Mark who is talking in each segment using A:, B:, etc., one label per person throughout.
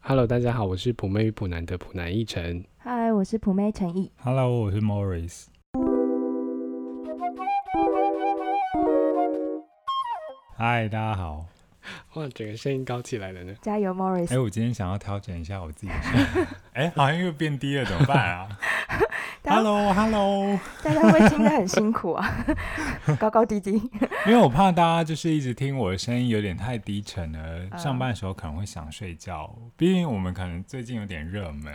A: Hello，大家好，我是普妹与普男的普男一晨。
B: 嗨，我是普妹陈毅。
C: Hello，我是 Morris。嗨，大家好。
A: 哇，整个声音高起来 了呢。
B: 加油
C: 哎、
B: ，Morris！、
C: 我今天想要调整一下我自己的声音。 哎、好像又变低了，怎么办啊
B: 大家
C: ？Hello，Hello，
B: 大家会不会听得很辛苦啊， 高高低低。
C: 因为我怕大家就是一直听我的声音有点太低沉了，
B: 嗯
C: 上班的时候可能会想睡觉，毕竟我们可能最近有点热门。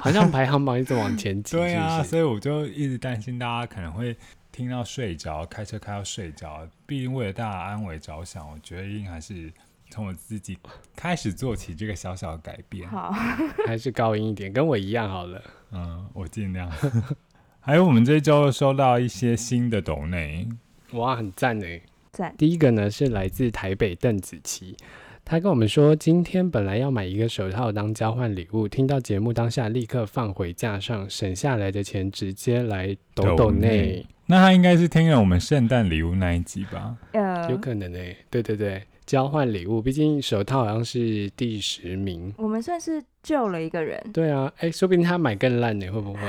A: 好像排行榜一直往前挤，
C: 对啊，
A: 是不
C: 所以我就一直担心大家可能会听到睡着，开车开到睡着。毕竟为了大家安危着想，我决定还是从我自己开始做起这个小小的改变。
B: 好，
A: 是？还是高音一点，跟我一样好了。
C: 嗯，我尽量。 还有我们这周收到一些新的抖内，
A: 哇，很赞呢。
B: 赞。
A: 第一个呢是来自台北邓紫棋，她跟我们说，今天本来要买一个手套当交换礼物，听到节目当下立刻放回架上，省下来的钱直接来抖抖
C: 抖
A: 内
C: 内，那他应该是听了我们圣诞礼物那一集吧？
B: 呃
A: 有，可能呢、对对对，交换礼物，毕竟手套好像是第十名。
B: 我们算是救了一个人。
A: 对啊，哎、说不定他买更烂欸呢、会不会？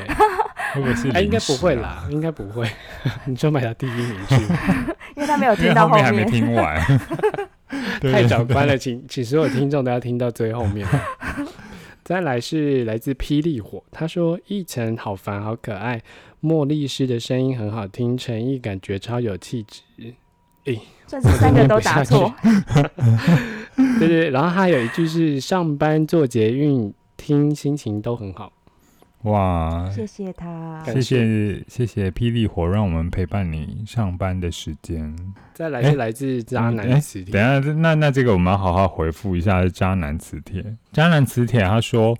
C: 会不会是、啊
A: 哎、应该不会，啦，应该不会。 你就买到第一名去，
B: 因为他没有
C: 因为
B: 听到
C: 后
B: 后
C: 还没
B: 面，
C: 听完， 对
A: 太长观了，请请所有听众都要听到最后面。哦再来是来自霹雳火，他说：“一晨好烦，好可爱，茉莉师的声音很好听，陈毅感觉超有气质。”
B: 算是三个都答
A: 我
B: 错
A: 真。 对对，然后还有一句是：“上班做捷运，听心情都很好。
C: 哇，
B: 谢谢他。
A: 感
C: 谢谢谢谢霹雳火，让我们陪伴你上班的时间。”
A: 再来
C: 哎
A: 是来自渣
C: 嗯
A: 男
C: 哎
A: 词
C: 等
A: 典，
C: 一下，那那这个我们要好好回复一下渣男磁铁。渣男磁铁他说，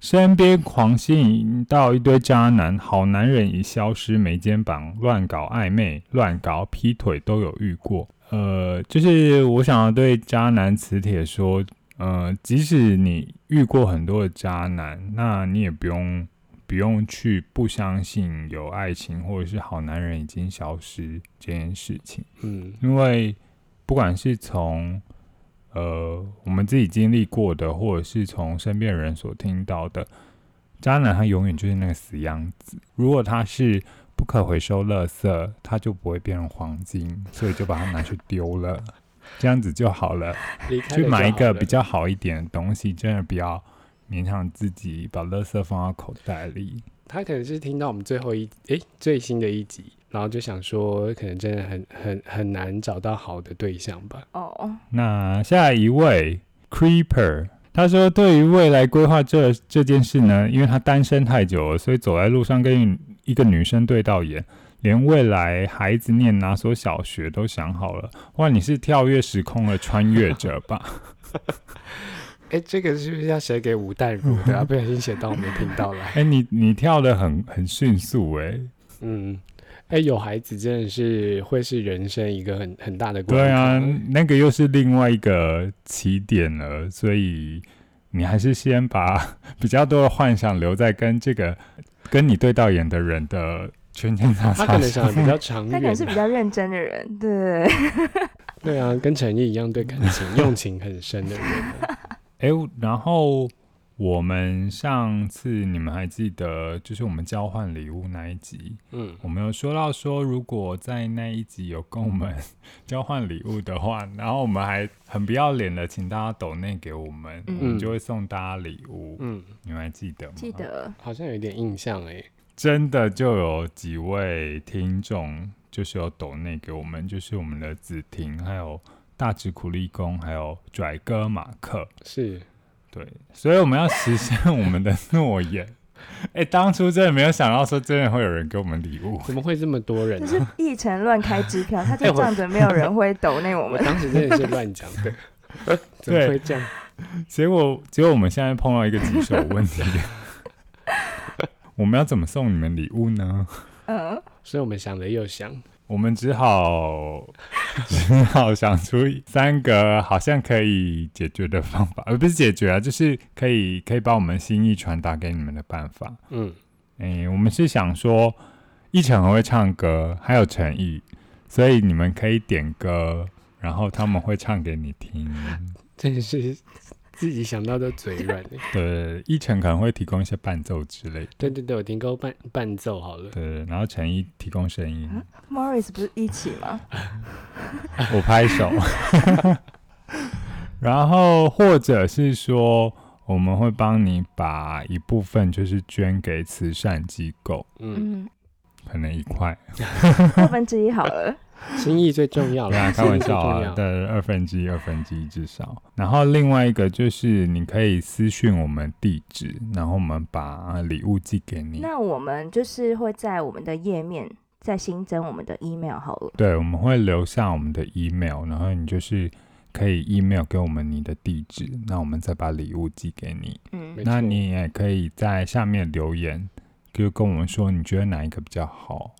C: 身边狂吸引到一堆渣男，好男人已消失没肩膀，乱搞暧昧、乱搞劈腿都有遇过。呃，就是我想要对渣男磁铁说，呃，即使你遇过很多的渣男，那你也不用不用去不相信有爱情或者是好男人已经消失这件事情。
A: 嗯，
C: 因为不管是从呃我们自己经历过的，或者是从身边的人所听到的，渣男他永远就是那个死样子。如果他是不可回收垃圾，他就不会变成黄金，所以就把它拿去丢了，这样子就好了。
A: 离开
C: 去
A: 了
C: 买一
A: 就好
C: 个
A: 了
C: 比较好一点的东西，真的不要勉强自己把垃圾放到口袋里。
A: 他可能是听到我们最后一诶、最新的一集，然后就想说，可能真的很很很难找到好的对象吧。
B: 哦，
C: 那下一位 Creeper，他说对于未来规划这这件事呢，因为他单身太久了，所以走在路上跟一个女生对到眼，连未来孩子念哪所小学都想好了。哇，你是跳跃时空的穿越者吧？
A: 诶、这个是不是要写给吴淡如 的、啊？不小心写到我们频道来。
C: 哎、你你跳的很很迅速哎、
A: 嗯，诶、有孩子真的是会是人生一个很很大的关
C: 对啊
A: 口，
C: 那个又是另外一个起点了，所以你还是先把比较多的幻想留在跟这个跟你对到眼的人的圈圈叉
A: 他可
C: 叉
A: 能想
C: 上。
A: 的 比较长
B: 他可能
A: 远
B: 是比
A: 啊。
B: 较认真的人，对对对。
A: 对啊，跟陈毅一样对感 情用情很深的人啊。
C: 哎、然后我们上次你们还记得，就是我们交换礼物那一集，
A: 嗯，
C: 我们有说到说，如果在那一集有跟我们 交换礼物的话，然后我们还很不要脸的请大家抖内给我们，
B: 嗯
C: 我们就会送大家礼物。
A: 嗯，
C: 你们还记得吗？
B: 记，得
A: 好像有一点印象诶、
C: 真的就有几位听众就是有抖内给我们，就是我们的子婷，还有大直苦力工，还有拽哥马克。
A: 是
C: 对，所以我们要实现我们的诺言。 哎、当初真的没有想到说真的会有人给我们礼物。
A: 怎么会这么多人
B: 就
A: 呢、
B: 是一晨乱开支票，他就
A: 哎我
B: 仗着没有人会抖那我
A: 我
B: 们。
A: 当时真的是乱讲的， 怎么会这样？
C: 结果，结果我们现在碰到一个棘手问题， 我们要怎么送你们礼物呢？
B: 嗯，
A: 所以我们想了又想，
C: 我们只好只好想出三个好像可以解决的方法，而、不是解决啊，就是可以可以把我们心意传达给你们的办法。
A: 嗯，
C: 诶、我们是想说，一晨很会唱歌，还有诚意，所以你们可以点歌，然后他们会唱给你听。
A: 真的是自己想到都嘴软 欸。
C: 对，一晨可能会提供一些伴奏之类的，
A: 对对对，我听够伴伴奏好了。
C: 对，然后陈一提供声音，
B: Morris 不是一起吗？
C: 我拍手， 然后或者是说我们会帮你把一部分就是捐给慈善机构，
A: 嗯，
B: 嗯，
C: 可能一块，
B: 二分之一好了。
A: 心意最重要
C: 对啊，
A: 啦，
C: 开
A: 心意
C: 玩
A: 最
C: 笑
A: 重
C: 啊，
A: 要。
C: 对，二分之一，二分之一至少。然后另外一个就是你可以私讯我们地址，然后我们把礼物寄给你。
B: 那我们就是会在我们的页面再新增我们的 email 好了。
C: 对，我们会留下我们的 email，然后你就是可以 email 给我们你的地址，那我们再把礼物寄给你。
A: 没
B: 嗯，
A: 错
C: 那你也可以在下面留言，就跟我们说你觉得哪一个比较好。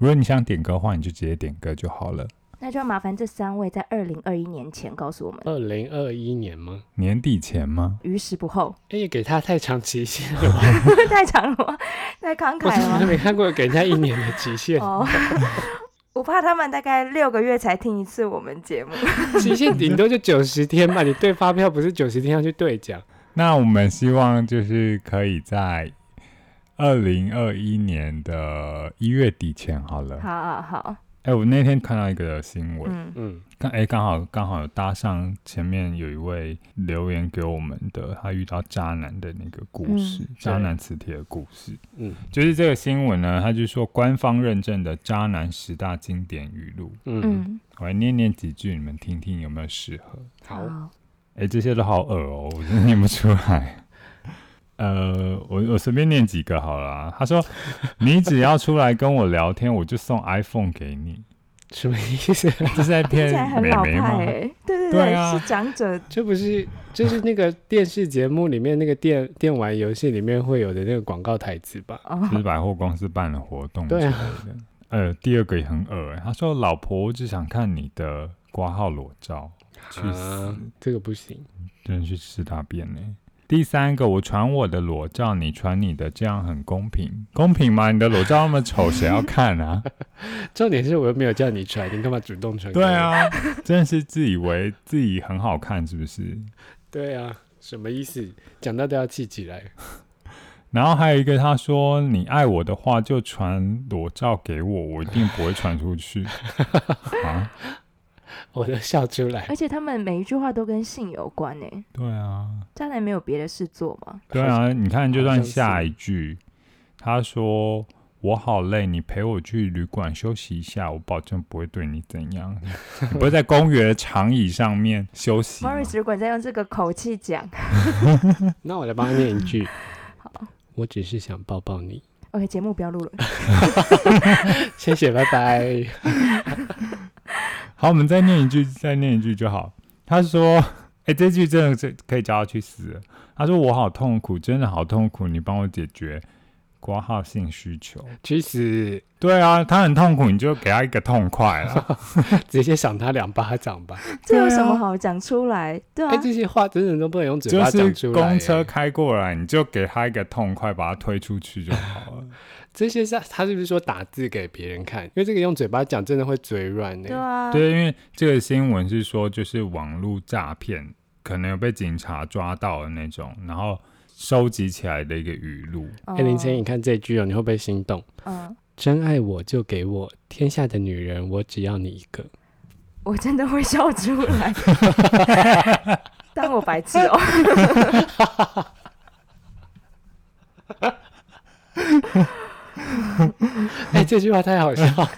C: 如果你想点歌的话，你就直接点歌就好了。
B: 那就麻烦这三位在二零二一年前告诉我们，
A: 二零二一年吗？
C: 年底前吗？
B: 于时不候。
A: 哎、给他太长期限了吧？
B: 太长了吗？太慷
A: 我
B: 慨
A: 怎么
B: 了吗？
A: 没看过给人家一年的期限？
B: 啊哦， 我怕他们大概六个月才听一次我们节目。
A: 期限顶多就九十天吧，你对发票不是九十天要去兑奖？
C: 那我们希望就是可以在二零二一年的一月底前好了。
B: 好好好，
C: 哎、我那天看到一个新闻，
B: 嗯，
A: 嗯，
C: 刚哎刚好刚好有搭上前面有一位留言给我们的，他遇到渣男的那个
B: 嗯
C: 故事，渣男磁铁的故事。
A: 嗯
C: 就是这个新闻呢，他就说官方认证的渣男十大经典语录，
A: 嗯，
B: 嗯，
C: 我来念念几句，你们听听有没有适合。
A: 好，
C: 哎、这些都好恶哦、我真的念不出来。呃，我我随便念几个好了啊、他说：“你只要出来跟我聊天，我就送 iPhone 给你。
A: 什么意思？”
C: 这是在
B: 听
C: 骗
B: 起来很
C: 美
B: 老
C: 眉吗
B: 派？哎，对对
C: 对啊
B: 是长者。
A: 这不是就是那个电视节目里面那个电电玩游戏里面会有的那个广告台词吧？
B: 哦，
C: 就是百货公司办了活动之类
A: 对
C: 的。
A: 啊
C: 呃，第二个也很恶、欸，他说：“老婆，我只想看你的挂号裸照。”去死
A: 啊！，这个不行。
C: 真是吃大便呢、第三个，我传我的裸照，你传你的，这样很公平，公平吗？你的裸照那么丑，谁要看啊？
A: 重点是我又没有叫你传，你干嘛主动传？
C: 对，啊，真是自以为自己很好看，是不是？
A: 对啊，什么意思？讲到都要气起来。
C: 然后还有一个，他说你爱我的话，就传裸照给我，我一定不会传出去。啊，
A: 我都笑出来
C: 哎
B: 而。且他们每一句话都跟性有关哎，
C: 对啊，
B: 渣男没有别的事做吗？
C: 对啊，你看，就
A: 好
C: 算
A: 像是
C: 下一句，他说我好累，你陪我去旅馆休息一下，我保证不会对你怎样。 你不会在公园的长椅上面休息吗
B: Morris，如果你再用这个口气讲
A: 那我来帮他念一 句。我只是想抱抱你，
B: ，OK，节目不要录了。
A: 谢谢，拜 拜。
C: 好，我们再念一句，再念一句就好。他说：“ 哎、这句真的是可以叫他去死了。”他说：“我好痛苦，真的好痛苦，你帮我解决挂号性需求。
A: 去死！”
C: 对啊，他很痛苦，你就给他一个痛快了。
A: 直接赏他两巴掌吧。
B: 这
C: 对啊
B: 有什么好讲出来？对啊
A: 哎、，这些话真的都不能用 嘴
C: 就
A: 巴讲
C: 是
A: 出来耶。
C: 公车开过来，你就给他一个痛快，把他推出去就好了。
A: 这些是他是不是说打字给别人看？因为这个用嘴巴讲真的会嘴软呢、欸
B: 对啊，
C: 对，因为这个新闻是说，就是网络诈骗可能有被警察抓到的那种，然后收集起来的一个语录。
B: 嗯，
A: 哎、林晨，你看这句哦，你会不会心动？
B: 嗯，
A: 真爱我就给我，天下的女人我只要你一个。
B: 我真的会笑出 来，当我白痴哦。
A: 哎、这句话太好笑了。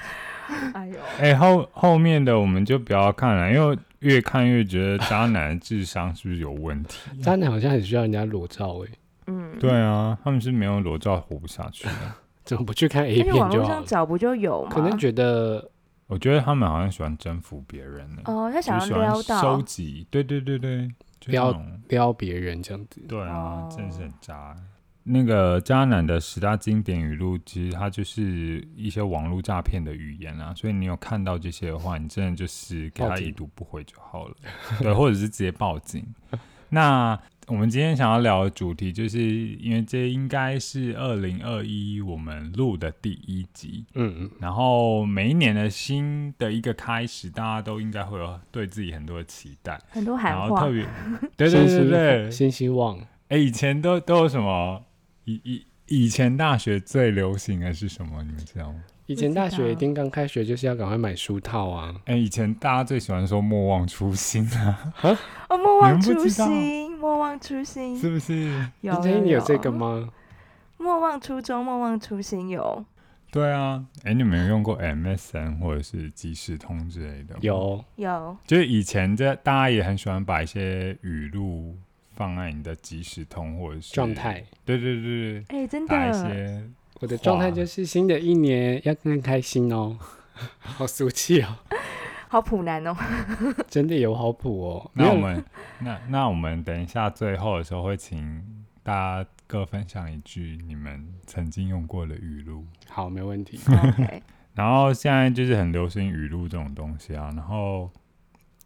B: 哎呦，
C: 哎、后后面的我们就不要看了，因为越看越觉得渣男的智商是不是有问 题？
A: 渣男好像很需要人家裸照哎、
B: 嗯，
C: 对啊，他们是没有裸照活不下去 的。
A: 怎么不去看 A
B: 而
A: 片
B: 且哎网
A: 就
B: 络
A: 好
B: 上啊
A: 了？
B: 找不就有吗？
A: 可能觉得
C: 我觉得他们好像喜欢征服别人呢、
B: 哦，他想要
C: 就喜
B: 撩
C: 欢收
B: 到，
C: 集。对对对对，就
A: 撩
C: 那种
A: 撩别人这样子，
C: 对啊，
B: 哦
C: 真的是很渣。那个渣男的十大经典语录，其实它就是一些网络诈骗的语言啊，所以你有看到这些的话，你真的就是给
A: 报
C: 他
A: 警
C: 已读不回就好了，对，或者是直接报警。那我们今天想要聊的主题，就是因为这应该是二零二一我们录的第一集，
A: 嗯，
C: 然后每一年的新的一个开始，大家都应该会有对自己很多的期待，
B: 很多
C: 然
B: 喊
C: 后
B: 话
C: 特，别，对对对对，
A: 新希望，
C: 哎、以前都都有什么？以以以前大学最流行的是什么？你们知道吗？
A: 以前大学
B: 道
A: 一定刚开学就是要赶快买书套啊，
C: 哎、以前大家最喜欢说“莫忘初心”啊，
B: 哦，莫
C: 你
B: 忘
C: 们不
B: 初
C: 知道
B: 心，莫忘初心，
C: 是不是？
B: 有
A: 以前你有
B: 有
A: 这个？吗？
B: 莫忘初衷，莫忘初心有。
C: 对啊，哎、你们有用过 MSN 或者是即时通之类的？，
A: 有，
B: 有，
C: 就是以前这大家也很喜欢把一些语录放在你的即时通或者是
A: 状，态，
C: 对对对对，
B: 哎、真
C: 打一
B: 的，
C: 些
A: 我的状态
C: 哇
A: 就是新的一年要更开心哦， 好俗气哦，
B: 好普男哦。
A: 真的有好谱哦。
C: 那我
A: 没有
C: 们那那我们等一下最后的时候会请大家各分享一句你们曾经用过的语录。
A: 好，没问题。
B: OK，
C: 然后现在就是很流行语录这种东西啊。然后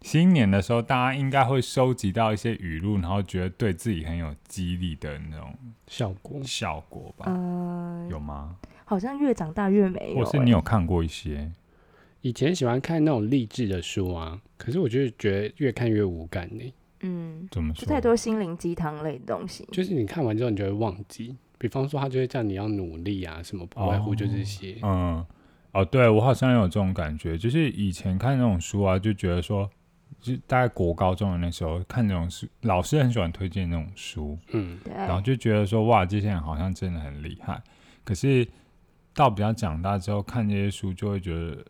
C: 新年的时候，大家应该会收集到一些语录，然后觉得对自己很有激励的那种
A: 效果
C: 效果吧？
B: 呃，
C: 有吗？
B: 好像越长大越没有、欸
C: 或是你有看过一些？
A: 以前喜欢看那种励志的书啊，可是我就是觉得越看越无感欸呢、
B: 嗯，
C: 怎么
B: 就
C: 说？
B: 太多心灵鸡汤类的东西。
A: 就是你看完之后你就会忘记。比方说，他就会叫你要努力啊，什么不外乎就这些。
C: 嗯，哦，对我好像有这种感觉，就是以前看那种书啊，就觉得说，就是大概国高中的那时候看那种书，老师很喜欢推荐那种书，
A: 嗯，
B: 对，
C: 然后就觉得说，哇，这些人好像真的很厉害。可是到比较长大之后，看这些书就会觉得，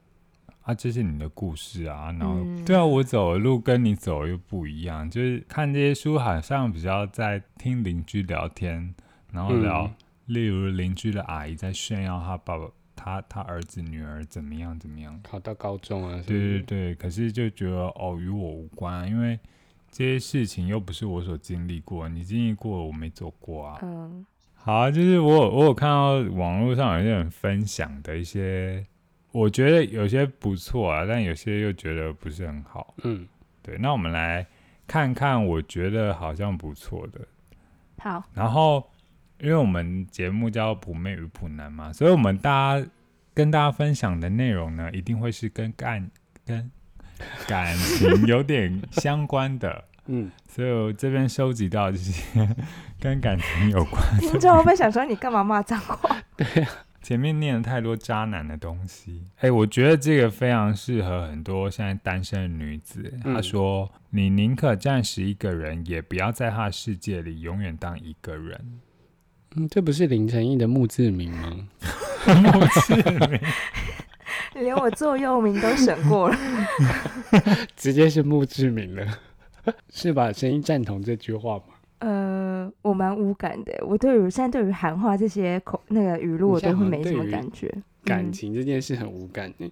C: 啊，这是你的故事啊，然后、
B: 嗯
C: 对啊，我走的路跟你走的又不一样，就是看这些书好像比较在听邻居聊天，然后聊。
A: 嗯
C: 例如邻居的阿姨在炫耀她爸爸、她她儿子、女儿怎么样怎么样。
A: 考到高中啊，
C: 对对
A: 是
C: 对，可是就觉得哦，与我无关、啊，因为这些事情又不是我所经历过，你经历过我没做过啊。
B: 嗯，
C: 好啊，就是我有我有看到网络上有些人分享的一些，我觉得有些不错啊，但有些又觉得不是很好。
A: 嗯，
C: 对，那我们来看看，我觉得好像不错的。
B: 好，
C: 然后，因为我们节目叫“普妹与普男”嘛，所以我们大家跟大家分享的内容呢，一定会是跟感跟感情有点相关的。
A: 嗯，
C: 所以我这边收集到这些 跟感情有关，
B: 听众会不会想说你干嘛骂脏话？
C: 前面念了太多渣男的东西。哎，我觉得这个非常适合很多现在单身的女子。
A: 嗯
C: 她说：“你宁可暂时一个人，也不要在她的世界里永远当一个人。”
A: 嗯，这不是林晨毅的墓志铭吗？
B: 你 连我座右铭都审过了。
A: 直接是墓志铭了， 是吧？声音赞同这句话吗？
B: 呃，我蛮无感的。我对于现在对于喊话这些口那个语录，
A: 你
B: 我
A: 现在
B: 都
A: 好
B: 会
A: 像
B: 没什
A: 对
B: 么
A: 于
B: 感觉。
A: 感
B: 嗯
A: 情这件事很无感欸呢、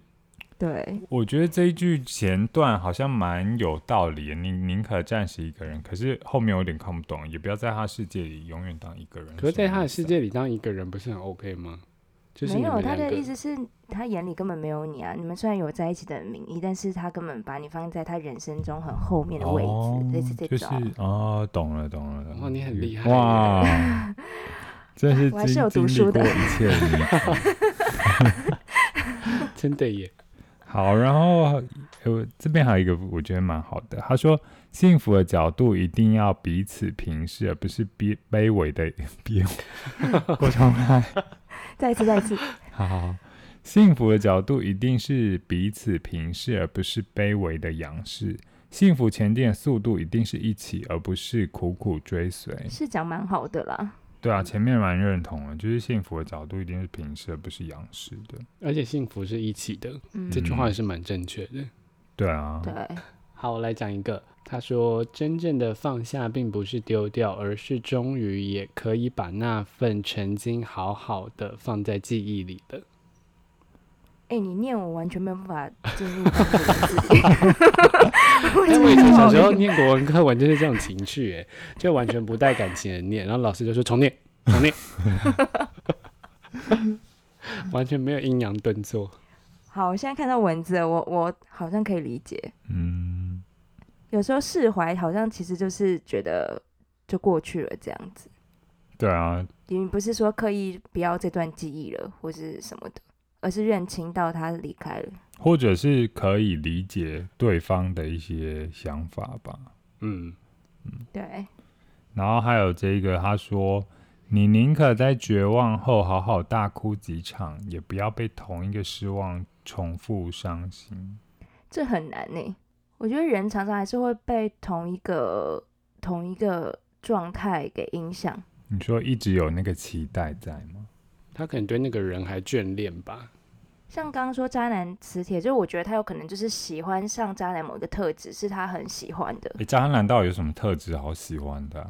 B: 对，
C: 我觉得这一句前段好像蛮有道理的，你宁可暂时一个人，可是后面我有点看不懂，也不要在他世界里永远当一个人。
A: 可是在他的世界
C: 里，
A: 里当一个人不是很 OK 吗？就是
B: 没
A: 你
B: 有，
A: 们
B: 他
A: 两
B: 的
A: 个
B: 意思是，他眼里根本没有你啊！你们虽然有在一起的名义，但是他根本把你放在他人生中很后面的位置，
A: 哦
B: 类似这
C: 就
B: 种。
C: 是哦，懂了懂了。
A: 哇你很厉害耶
C: 哇！真是
B: 我还
C: 经
B: 是有读
C: 经历
B: 书的
C: 过一切的你
A: 真的耶，
C: 好，然后呃我这边还有一个我觉得蛮好的，他说幸福的角度一定要彼此平视，而不是卑卑微的卑微。我重来。
B: 再一次，再 一次，
C: 好好，好，幸福的角度一定是彼此平视，而不是卑微的仰视。幸福前进的速度一定是一起，而不是苦苦追随。
B: 是讲蛮好的啦。
C: 对啊，前面蛮认同的，就是幸福的角度一定是平视，而不是仰视的。
A: 而且幸福是一起的，
B: 嗯，
A: 这句话也是蛮正确的。
C: 对
A: 哦
C: 啊，
B: 对，
A: 好，我来讲一个。他说：“真正的放下，并不是丢掉，而是终于也可以把那份曾经好好的放在记忆里的。
B: 哎，你念我完全没有办法进入这个字 里。我”
A: 哎但我以
B: 真的
A: 前小
B: 好
A: 时候
B: 晕
A: 念国文课文就是这种情绪，哎，就完全不带感情的念，然后老师就说重念， 重念，完全没有阴阳顿挫。
B: 好，我现在看到文字了，我我好像可以理解。
C: 嗯，
B: 有时候释怀，好像其实就是觉得就过去了这样子。
C: 对啊，
B: 你不是说刻意不要这段记忆了，或是什么的，而是认清到他离开了。
C: 或者是可以理解对方的一些想法吧。
A: 嗯，
B: 对，
C: 然后还有这个，他说：“你宁可在绝望后好好大哭几场，也不要被同一个失望重复伤心。
B: 这很难呢、我觉得人常常还是会被同一个同一个状态给影响。”
C: 你说一直有那个期待在吗？
A: 他可能对那个人还眷恋吧。
B: 像刚刚说渣男磁铁，就是我觉得他有可能就是喜欢上渣男某一个特质，是他很喜欢的。
C: 诶，渣男到底有什么特质好喜欢的、啊？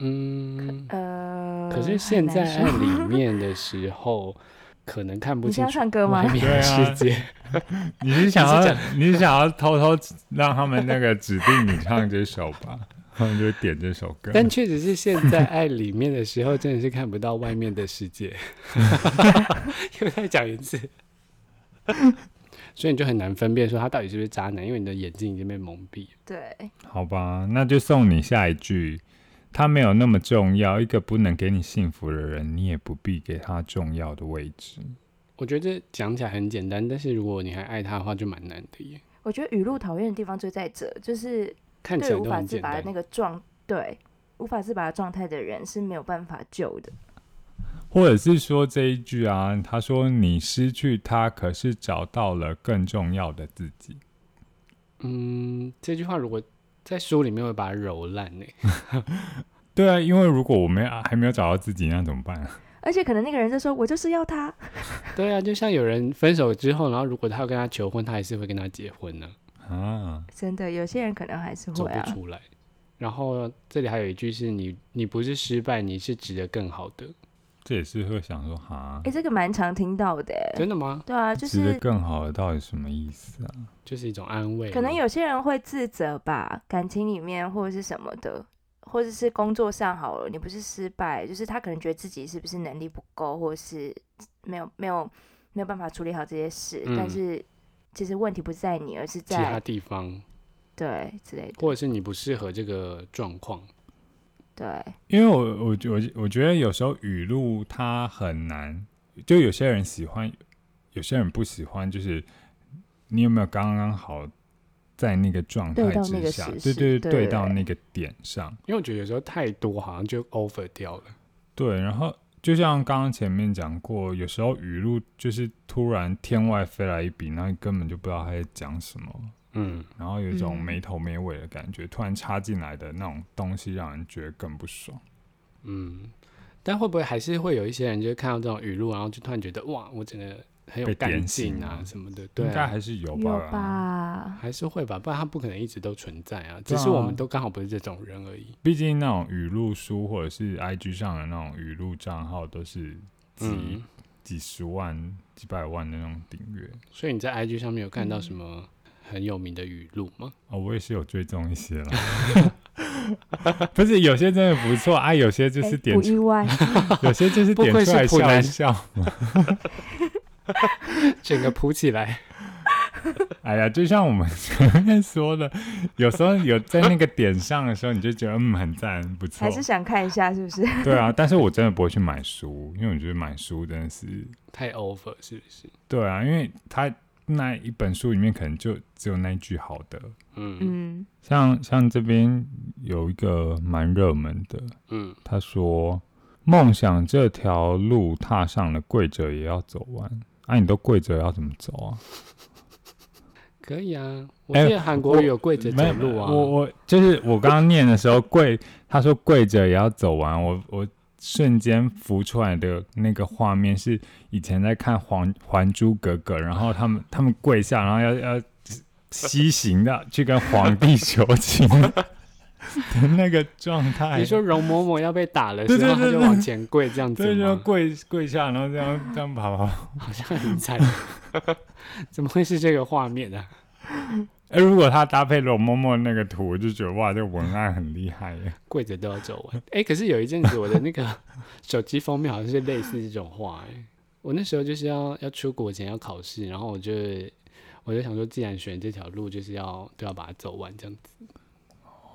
A: 嗯，
B: 呃，
A: 可是现在爱
B: 很难 说
A: 里面的时候，可能看不
B: 你是
A: 清
B: 要
A: 楚
B: 唱歌吗
A: 外？面的世界。
C: 你是想
A: 你是
C: 要， 你是想要偷偷让他们那个指定你唱这首吧？他们就会点这首歌。
A: 但确实是现在爱里面的时候，真的是看不到外面的世界。又再讲一次，所以你就很难分辨说他到底是不是渣男，因为你的眼睛已经被蒙蔽了。
B: 对，
C: 好吧，那就送你下一句。他没有那么重要，一个不能给你幸福的人，你也不必给他重要的位置。
A: 我觉得这讲起来很简单，但是如果你还爱他的话，就蛮难的耶。
B: 我觉得语录讨厌的地方就在这，就是
A: 看起
B: 对
A: 来
B: 无
A: 都
B: 法
A: 很
B: 自
A: 简
B: 拔
A: 单
B: 的，那个状，对无法自拔的状态的人是没有办法救的。
C: 或者是说这一句啊，他说你失去他，可是找到了更重要的自己。
A: 嗯，这句话如果在书里面会把它揉烂欸呢。
C: 对啊，因为如果我们啊还没有找到自己，那怎么办、啊？
B: 而且可能那个人就说：“我就是要他。
A: 对啊，就像有人分手之后，然后如果他要跟他求婚，他还是会跟他结婚呢、”
C: 啊
B: 真的，有些人可能还是
A: 走
B: 会
A: 不
B: 啊。
A: 出来。然后这里还有一句是你，你不是失败，你是值得更好的，
C: 这也是会想说，哈
B: 哎、，这个蛮常听到的、欸。
A: 真的吗？
B: 对啊，就
C: 值得
B: 是
C: 更好的到底什么意思啊？
A: 就是一种安慰吗。
B: 可能有些人会自责吧，感情里面或者是什么的，或者是工作上好了，你不是失败，就是他可能觉得自己是不是能力不够，或者是没有没有没有办法处理好这些事，
A: 嗯
B: 但是其实问题不是在你，而是
A: 其他
B: 在
A: 地方，
B: 对之类的，
A: 或者是你不适合这个状况。
B: 对
C: 因为我我我我觉得有时候语录它很难，就有些人喜欢，有些人不喜欢，就是你有没有刚刚好在那个状态
B: 对到那
C: 之
B: 个
C: 下，
B: 时
C: 对对
B: 事
C: 对，
B: 对
C: 对到那个点上，
A: 因为我觉得有时候太多好像就 over 掉了。
C: 对，然后。就像刚刚前面讲过，有时候语录就是突然天外飞来一笔，然后你根本就不知道他在讲什么，
A: 嗯，
C: 然后有一种
B: 嗯
C: 没头没尾的感觉，突然插进来的那种东西，让人觉得更不爽。
A: 嗯，但会不会还是会有一些人就是看到这种语录，然后就突然觉得哇，我真的很有
C: 被
A: 干
C: 点
A: 劲
C: 醒
A: 啊
C: 了
A: 什么的，对
C: 应该
A: 啊、
C: 还是有
B: 有
C: 吧？
B: 吧？
A: 还是会吧，不然他不可能一直都存在啊。只
C: 对
A: 是我
C: 啊
A: 们都刚好不是这种人而已。
C: 毕竟那种语录书或者是 IG 上的那种语录账号都是几、
A: 嗯，
C: 几十万、几百万的那种订阅
A: 所以你在 IG 上面有
C: 嗯
A: 看到什么很有名的语录 吗？
C: 哦，我也是有追踪 一些啦。不是有些真的不错啊，有些 就是
B: 诶
C: 点
B: 哎不意 外，
C: 有些就是
A: 不
C: 点
A: 愧
C: 出
A: 是
C: 来
A: 普
C: 笑一
A: 男
C: 笑。
A: 整个铺起来，
C: 哎呀，就像我们前面说的，有时候有在那个点上的时候，你就觉得嗯很赞，不错
B: 还。是想看一下是不是？
C: 对啊，但是我真的不会去买书，因为我觉得买书真的是
A: 太 over 是不是？
C: 对啊，因为它那一本书里面可能就只有那一句好的。
A: 嗯
B: 嗯，
C: 像像这边有一个蛮热门的，
A: 嗯
C: 他说：“梦想这条路踏上了，跪着也要走完。”啊，你都跪着要怎么走啊？
A: 可以啊。我
C: 哎
A: 记得韩国语有跪着
C: 没
A: 走
C: 有
A: 路啊。
C: 我我就是我刚刚念的时候跪，他说跪着也要走完。我我瞬间浮出来的那个画面是以前在看《还还珠格格》，然后他们他们跪下，然后要要西行的去跟皇帝求情的那个状态。
A: 你说容嬷嬷要被打了
C: 哎对
A: 之后，
C: 对
A: 她
C: 对
A: 就
C: 对
A: 往前跪这样子
C: 对，就
A: 吗？
C: 跪跪下，然后这样这样跑跑。
A: 好像很惨。 怎么会是这个画面啊？
C: 哎、如果他搭配容嬷嬷那个图，我就觉得哇，这文案很厉害耶。
A: 跪着都要走完。 哎、可是有一阵子我的那 个手机封面好像是类似这种话、哎，我那时候就是要要出国前要考试，然后我就我就想说，既然选这条路，就是要都要把它走完这样子。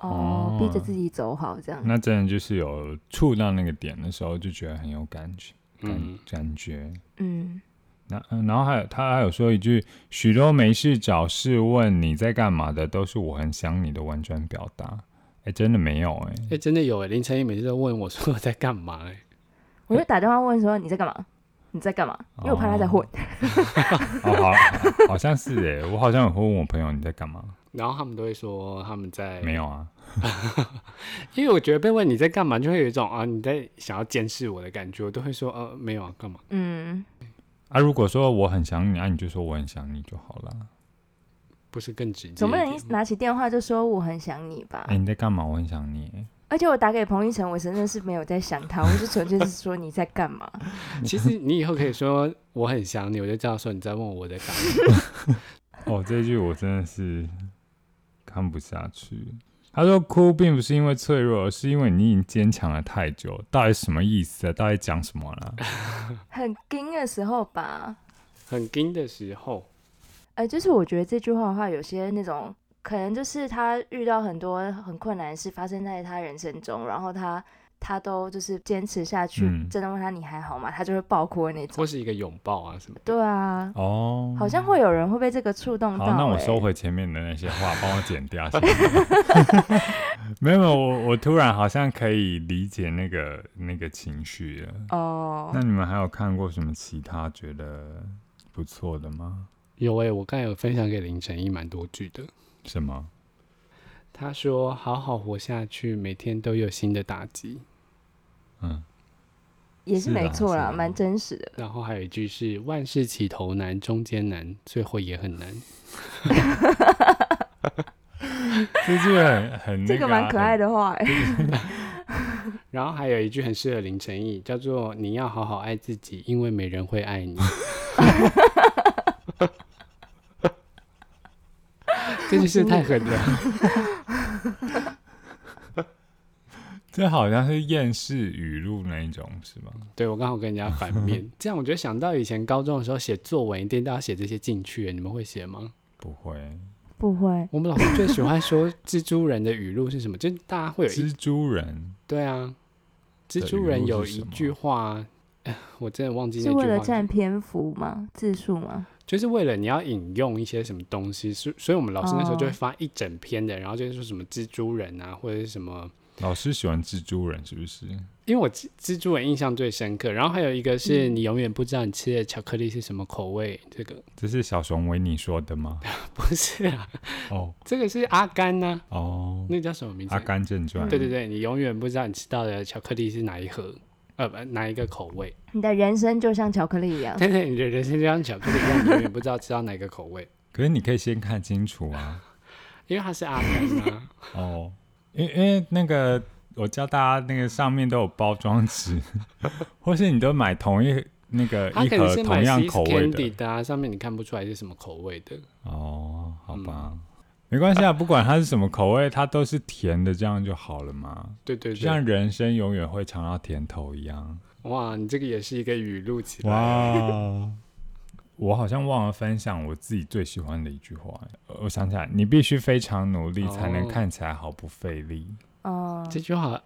B: 哦，逼着自己走好这样。
C: 那真的就是有触到那个点的时候，就觉得很有感觉，感、
A: 嗯，
C: 感觉。
B: 嗯，
C: 那嗯然后还有他还有说一句：“许多没事找事问你在干嘛的，都是我很想你的婉转表达。”哎，真的没有哎、
A: 哎、真的有哎、林晨一每次都问我说我在干嘛哎、
B: 我就打电话问说你在干嘛？你在干嘛？因为我怕他在混。
C: 哦，好， 好像是哎、我好像也会问我朋友你在干嘛，
A: 然后他们都会说他们在
C: 没有啊？
A: 因为我觉得被问你在干嘛，就会有一种啊你在想要监视我的感觉，我都会说呃没有啊干嘛？
B: 嗯，
C: 啊，如果说我很想你，啊，你就说我很想你就好了。
A: 不是更直接一点？
B: 总不能一拿起电话就说我很想你吧？
C: 哎、你在干嘛？我很想你、欸。
B: 而且我打给彭昱晨，我真的是没有在想他，我是纯粹是 说你在干嘛？
A: 其实你以后可以说我很想你，我就知道说你在问我在干嘛。
C: 哦，这句我真的是看不下去。他说哭并不是因为脆弱，而是因为你已经坚强了太久。到底什么意思啊？到底讲什么啦？
B: 很惊的时候吧，
A: 很惊的时候，
B: 呃，就是我觉得这句话的话，有些那种可能就是他遇到很多很困难的事发生在他人生中，然后他他都就是坚持下去，
C: 嗯
B: 真的问他你还好吗？他就会爆哭的那种。
A: 或是一个拥抱啊什么。
B: 对啊，
C: 哦，
B: 好像会有人会被这个触动到、
C: 好，
B: 欸。
C: 那我收回前面的那些话，帮我剪掉。谢谢 没有，没有我我突然好像可以理解那个那个情绪了。
B: 哦
C: 那，你们还有看过什么其他觉得不错的吗？
A: 有诶、我刚才有分享给林晨一蛮多句的。
C: 什么？
A: 他说：“好好活下去，每天都有新的打击。
C: 嗯，
B: 也是
C: 是啊
B: 没错
C: 是
B: 啦，
C: 啊
B: 蛮真实的。”
A: 然后还有一句是：“万事起头难，中间难，最后也很难。”
C: 这句很很、那啊
B: 这个蛮可爱
C: 的。
B: 的话、欸，
A: 然后还有一句很适合林晨毅，叫做“你要好好爱自己，因为没人会爱 你。”这句是太狠了。
C: 这好像是厌世语录那一种，是吗？
A: 对我刚好跟人家反 面，这样我就想到以前高中的时候写作文，一定都要写这些进去，你们会写吗？
C: 不会，
B: 不会，
A: 我们老师最喜欢说蜘蛛人的语录是什么？就是大家会有一
C: 蜘蛛人
A: 对啊，蜘
C: 的
A: 蛛
C: 语
A: 人
C: 录
A: 有
C: 是
A: 一
C: 什么
A: 句话，哎我真的忘记
B: 是
A: 那
B: 为
A: 句
B: 了
A: 话是，
B: 占篇幅吗？字数吗？
A: 就是为了你要引用一些什么东西，所以所以我们老师那时候就会
B: 哦
A: 发一整篇的，然后就是说什么蜘蛛人啊，或者是什么。
C: 老师喜欢蜘蛛人是不是？
A: 因为我蜘蜘蛛人印象最深刻，然后还有一个是
B: 嗯
A: 你永远不知道你吃的巧克力是什么口味，这个
C: 这是小熊维尼说的吗？
A: 不是啊，
C: 哦
A: 这个是阿甘呐、
C: 哦，
A: 那个叫什么名字？
C: 《阿甘正传》
A: 嗯对对对，你永远不知道你吃到的巧克力是哪一盒，呃，不哪一个口味。
B: 你的人生就像巧克力一样，
A: 对对，你的人生就像巧克力一样，你永远不知道吃到哪个口味，
C: 可是你可以先看清楚啊。
A: 因为它是阿甘啊。
C: 哦，因为因为那个我教大家那个上面都有包装纸， 或是你都买同一那个
A: 它
C: 一
A: 可能
C: 盒
A: 是买
C: 同样
A: See's
C: 口味
A: Candy
C: 的。
A: 的、啊，上面你看不出来是什么口味的。
C: 哦，好吧，
A: 嗯
C: 没关系啊，不管它是什么口味，它都是甜的，这样就好了嘛。
A: 对对
C: 就像
A: 对，
C: 人生永远会尝到甜头一样。
A: 哇，你这个也是一个语录起来。
C: 哇， 我好像忘了分享我自己最喜欢的一句话，呃我想起来，你必须非常努力才能
A: 哦
C: 看起来毫不费力。
B: 哦、
A: 这句话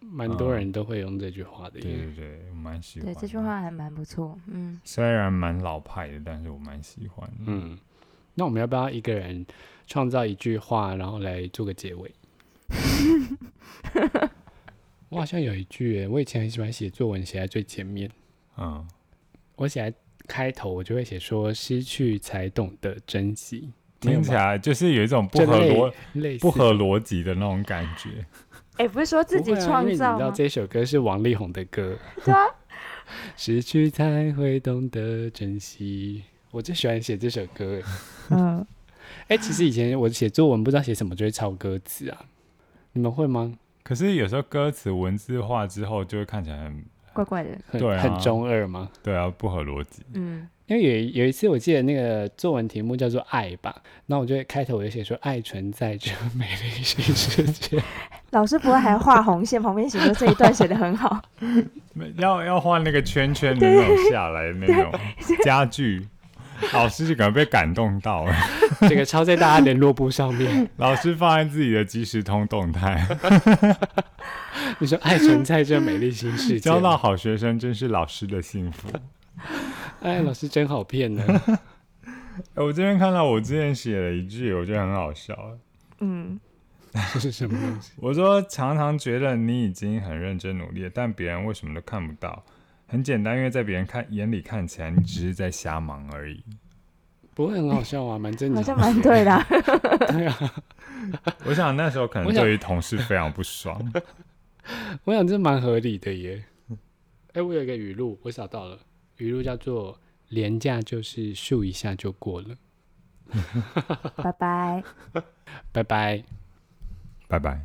A: 蛮多
C: 嗯
A: 人都会用这句话的耶。
C: 对对对，我蛮喜欢
B: 对，
C: 的。
B: 这句话还蛮不错，嗯，
C: 虽然蛮老派的，但是我蛮喜欢的。
A: 嗯，那我们要不要一个人创造一句话，然后来做个结尾？ 我好像有一句耶，我以前很喜欢写作文，写在最前面。
C: 嗯，
A: 我写在开头，我就会写说“失去才懂得珍惜”，
C: 听起来就是有一种不
A: 这
C: 合
A: 类
C: 逻
A: 类似
C: 不合逻辑的那种感觉。
B: 哎、不是说自己
A: 不会啊因
B: 创
A: 为你
B: 造
A: 知
B: 吗？
A: 道这首歌是王力宏的歌，
B: 对啊，
A: 失去才会懂得珍惜。我最喜欢写这首歌耶。
B: 嗯，
A: 哎、其实以前我写作文不知道写什么，就会抄歌词啊。你们会吗？
C: 可是有时候歌词文字化之后，就会看起来很
B: 怪怪的，
A: 很、
C: 对啊
A: 很中二吗？
C: 对啊，不合逻 辑。
B: 嗯，
A: 因为有一有一次我记得那个作文题目叫做“爱”吧，那我就开头我就写说“爱存在这美丽新世界
B: 老师不会还画红线，旁边写说这一段写的很好，
C: 没要要画那个圈圈的那种下来的那种家具。老师可能被感动到了，
A: 这个抄在大家联络簿上面。
C: 老师放在自己的即时通动态，
A: 你说爱存在这美丽新世界，
C: 交到好学生真是老师的幸 福。
A: 哎，老师真好骗呢。
C: 哎我这边看到我之前写了一句，我觉得很好笑。
B: 嗯，
A: 这是什么东西？
C: 我说常常觉得你已经很认真努力了，但别人为什么都看不到？很简单，因为在别人看眼里看起来，你只是在瞎忙而已。
A: 不会很好笑啊，蛮正
B: 好
A: 常
B: 像蛮对的啊。
A: 的。对啊，
C: 我想那时候可能
A: 我想
C: 对于同事非常不爽。
A: 我想这蛮合理的耶。哎，我有一个语录，我找到了，语录叫做“廉价就是数一下就过了
B: 拜拜。”，
A: 拜拜。
C: 拜拜。